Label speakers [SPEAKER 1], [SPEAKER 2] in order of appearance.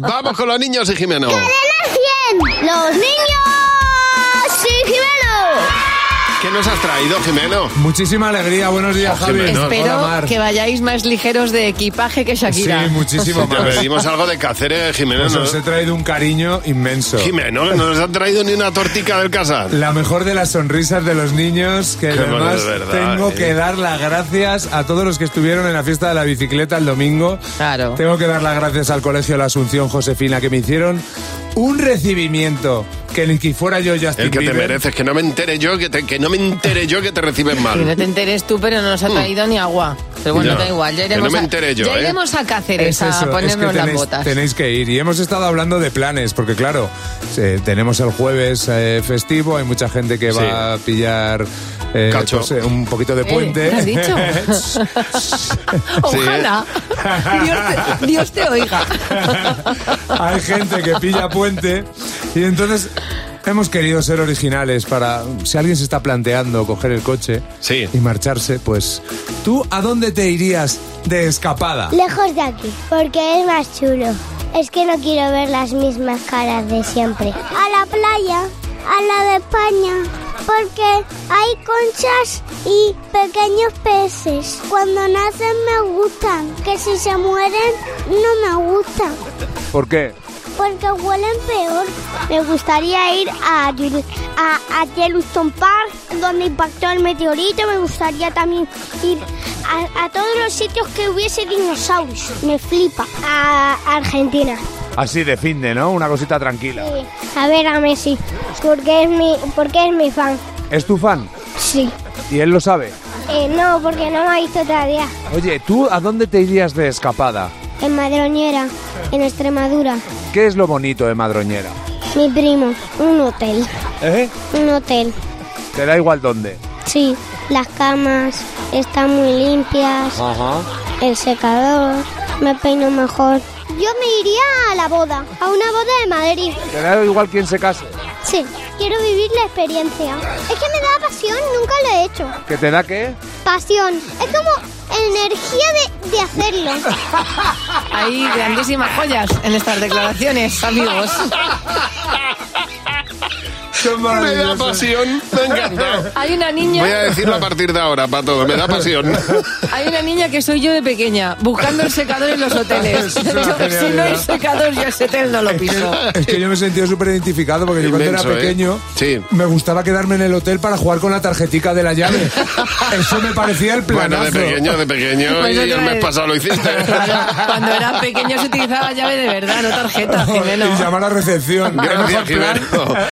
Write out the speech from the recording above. [SPEAKER 1] Vamos con los niños y Jimeno.
[SPEAKER 2] ¡Los niños! ¡Sí,
[SPEAKER 1] ¿Qué nos has traído, Jimeno?
[SPEAKER 3] Muchísima alegría, buenos días,
[SPEAKER 1] Oh,
[SPEAKER 3] Javi.
[SPEAKER 1] Jimeno.
[SPEAKER 3] Hola,
[SPEAKER 4] Espero
[SPEAKER 3] Mar.
[SPEAKER 4] que vayáis más ligeros de equipaje que
[SPEAKER 3] Sí,
[SPEAKER 4] Shakira.
[SPEAKER 3] muchísimo
[SPEAKER 1] Te
[SPEAKER 3] más.
[SPEAKER 1] pedimos algo de Cáceres, Jimeno.
[SPEAKER 3] Pues
[SPEAKER 1] No,
[SPEAKER 3] os he traído un cariño inmenso.
[SPEAKER 1] Jimeno, no nos han traído ni una tortica del casar.
[SPEAKER 3] La mejor de las sonrisas de los niños, que
[SPEAKER 1] Qué bueno,
[SPEAKER 3] además
[SPEAKER 1] de verdad,
[SPEAKER 3] tengo
[SPEAKER 1] eh.
[SPEAKER 3] que dar las gracias a todos los que estuvieron en la fiesta de la bicicleta el domingo.
[SPEAKER 4] Claro.
[SPEAKER 3] Tengo que dar las gracias al Colegio La Asunción Josefina, que me hicieron un recibimiento que ni que fuera yo Justin
[SPEAKER 1] El que te
[SPEAKER 3] Bieber.
[SPEAKER 1] mereces, que no me entere yo, que, te- que no me entere yo que te reciben
[SPEAKER 4] Que no
[SPEAKER 1] mal.
[SPEAKER 4] te enteres tú, pero no nos ha traído ni agua. Pero bueno,
[SPEAKER 1] Mm. Ya.
[SPEAKER 4] da igual, ya
[SPEAKER 1] Que no
[SPEAKER 4] iremos,
[SPEAKER 1] me
[SPEAKER 4] a-
[SPEAKER 1] entere yo,
[SPEAKER 4] ya
[SPEAKER 1] ¿eh?
[SPEAKER 4] iremos a Cáceres
[SPEAKER 3] Es eso,
[SPEAKER 4] a
[SPEAKER 3] es
[SPEAKER 4] ponernos
[SPEAKER 3] que tenéis,
[SPEAKER 4] las botas.
[SPEAKER 3] tenéis que ir. Y hemos estado hablando de planes, porque claro, eh, tenemos el jueves eh, festivo, hay mucha gente que
[SPEAKER 1] Sí.
[SPEAKER 3] va a pillar eh,
[SPEAKER 1] Cacho.
[SPEAKER 3] pues, eh, un poquito de
[SPEAKER 4] Eh,
[SPEAKER 3] puente.
[SPEAKER 4] ¿qué has dicho?
[SPEAKER 1] ¿eh?
[SPEAKER 4] Ojalá. Dios, te, Dios te oiga.
[SPEAKER 3] hay gente que pilla puente. Y entonces hemos querido ser originales para, si alguien se está planteando coger el coche
[SPEAKER 1] Sí.
[SPEAKER 3] y marcharse, pues tú a dónde te irías de escapada.
[SPEAKER 2] Lejos de aquí, porque es más chulo. Es que no quiero ver las mismas caras de siempre. A la playa, a la de España, porque hay conchas y pequeños peces. Cuando nacen me gustan, que si se mueren no me gustan,
[SPEAKER 3] ¿Por qué?
[SPEAKER 2] porque huelen peor. Me gustaría ir a, Yel- a, a Yellowstone Park, donde impactó el meteorito. Me gustaría también ir a, a todos los sitios que hubiese dinosaurios. Me flipa. A Argentina.
[SPEAKER 5] Así de fin de, ¿no? Una cosita tranquila.
[SPEAKER 2] A ver a Messi, porque es mi, porque es mi fan.
[SPEAKER 5] ¿Es tu fan?
[SPEAKER 2] Sí. Eh,
[SPEAKER 5] Y él lo sabe.
[SPEAKER 2] no, porque no me ha visto todavía.
[SPEAKER 5] Oye, ¿tú a dónde te irías de escapada?
[SPEAKER 2] En Madroñera, en Extremadura.
[SPEAKER 5] ¿Qué es lo bonito de Madroñera?
[SPEAKER 2] Mi primo, un hotel.
[SPEAKER 5] ¿Eh?
[SPEAKER 2] Un hotel.
[SPEAKER 5] Te da igual dónde.
[SPEAKER 2] Sí, las camas están muy limpias,
[SPEAKER 5] Ajá.
[SPEAKER 2] el secador, me peino mejor. Yo me iría a la boda, a una boda de Madrid.
[SPEAKER 5] Te da igual quién se case.
[SPEAKER 2] Sí, quiero vivir la experiencia. Es que me da pasión, nunca lo he hecho.
[SPEAKER 5] ¿Que te da qué?
[SPEAKER 2] Pasión, es como energía de, de hacerlo.
[SPEAKER 4] Hay grandísimas joyas en estas declaraciones, amigos.
[SPEAKER 3] Son
[SPEAKER 1] Me da
[SPEAKER 3] maravillosos.
[SPEAKER 1] pasión, me encanta.
[SPEAKER 4] Hay una niña.
[SPEAKER 1] Voy a decirlo a partir de ahora para todo, me da pasión.
[SPEAKER 4] Hay una niña que soy yo de pequeña, buscando el secador en los hoteles.
[SPEAKER 3] Es una
[SPEAKER 4] Yo, si no hay
[SPEAKER 3] genialidad.
[SPEAKER 4] secador, yo ese hotel no lo piso.
[SPEAKER 3] Es que yo me he sentido súper identificado porque yo cuando era
[SPEAKER 1] Inmenso, ¿eh?
[SPEAKER 3] pequeño
[SPEAKER 1] Sí.
[SPEAKER 3] me gustaba quedarme en el hotel para jugar con la tarjetica de la llave. Eso me parecía el
[SPEAKER 1] Bueno,
[SPEAKER 3] planazo.
[SPEAKER 1] de pequeño, de pequeño,
[SPEAKER 4] Pues
[SPEAKER 1] y
[SPEAKER 4] no te
[SPEAKER 1] el
[SPEAKER 4] voy a
[SPEAKER 1] mes
[SPEAKER 4] decir.
[SPEAKER 1] pasado lo hiciste.
[SPEAKER 4] Claro, cuando era pequeño se utilizaba llave de verdad, no tarjeta, Jimeno.
[SPEAKER 3] Y llamar a recepción.
[SPEAKER 1] Gracias,
[SPEAKER 3] El mejor plan.
[SPEAKER 1] Jimeno.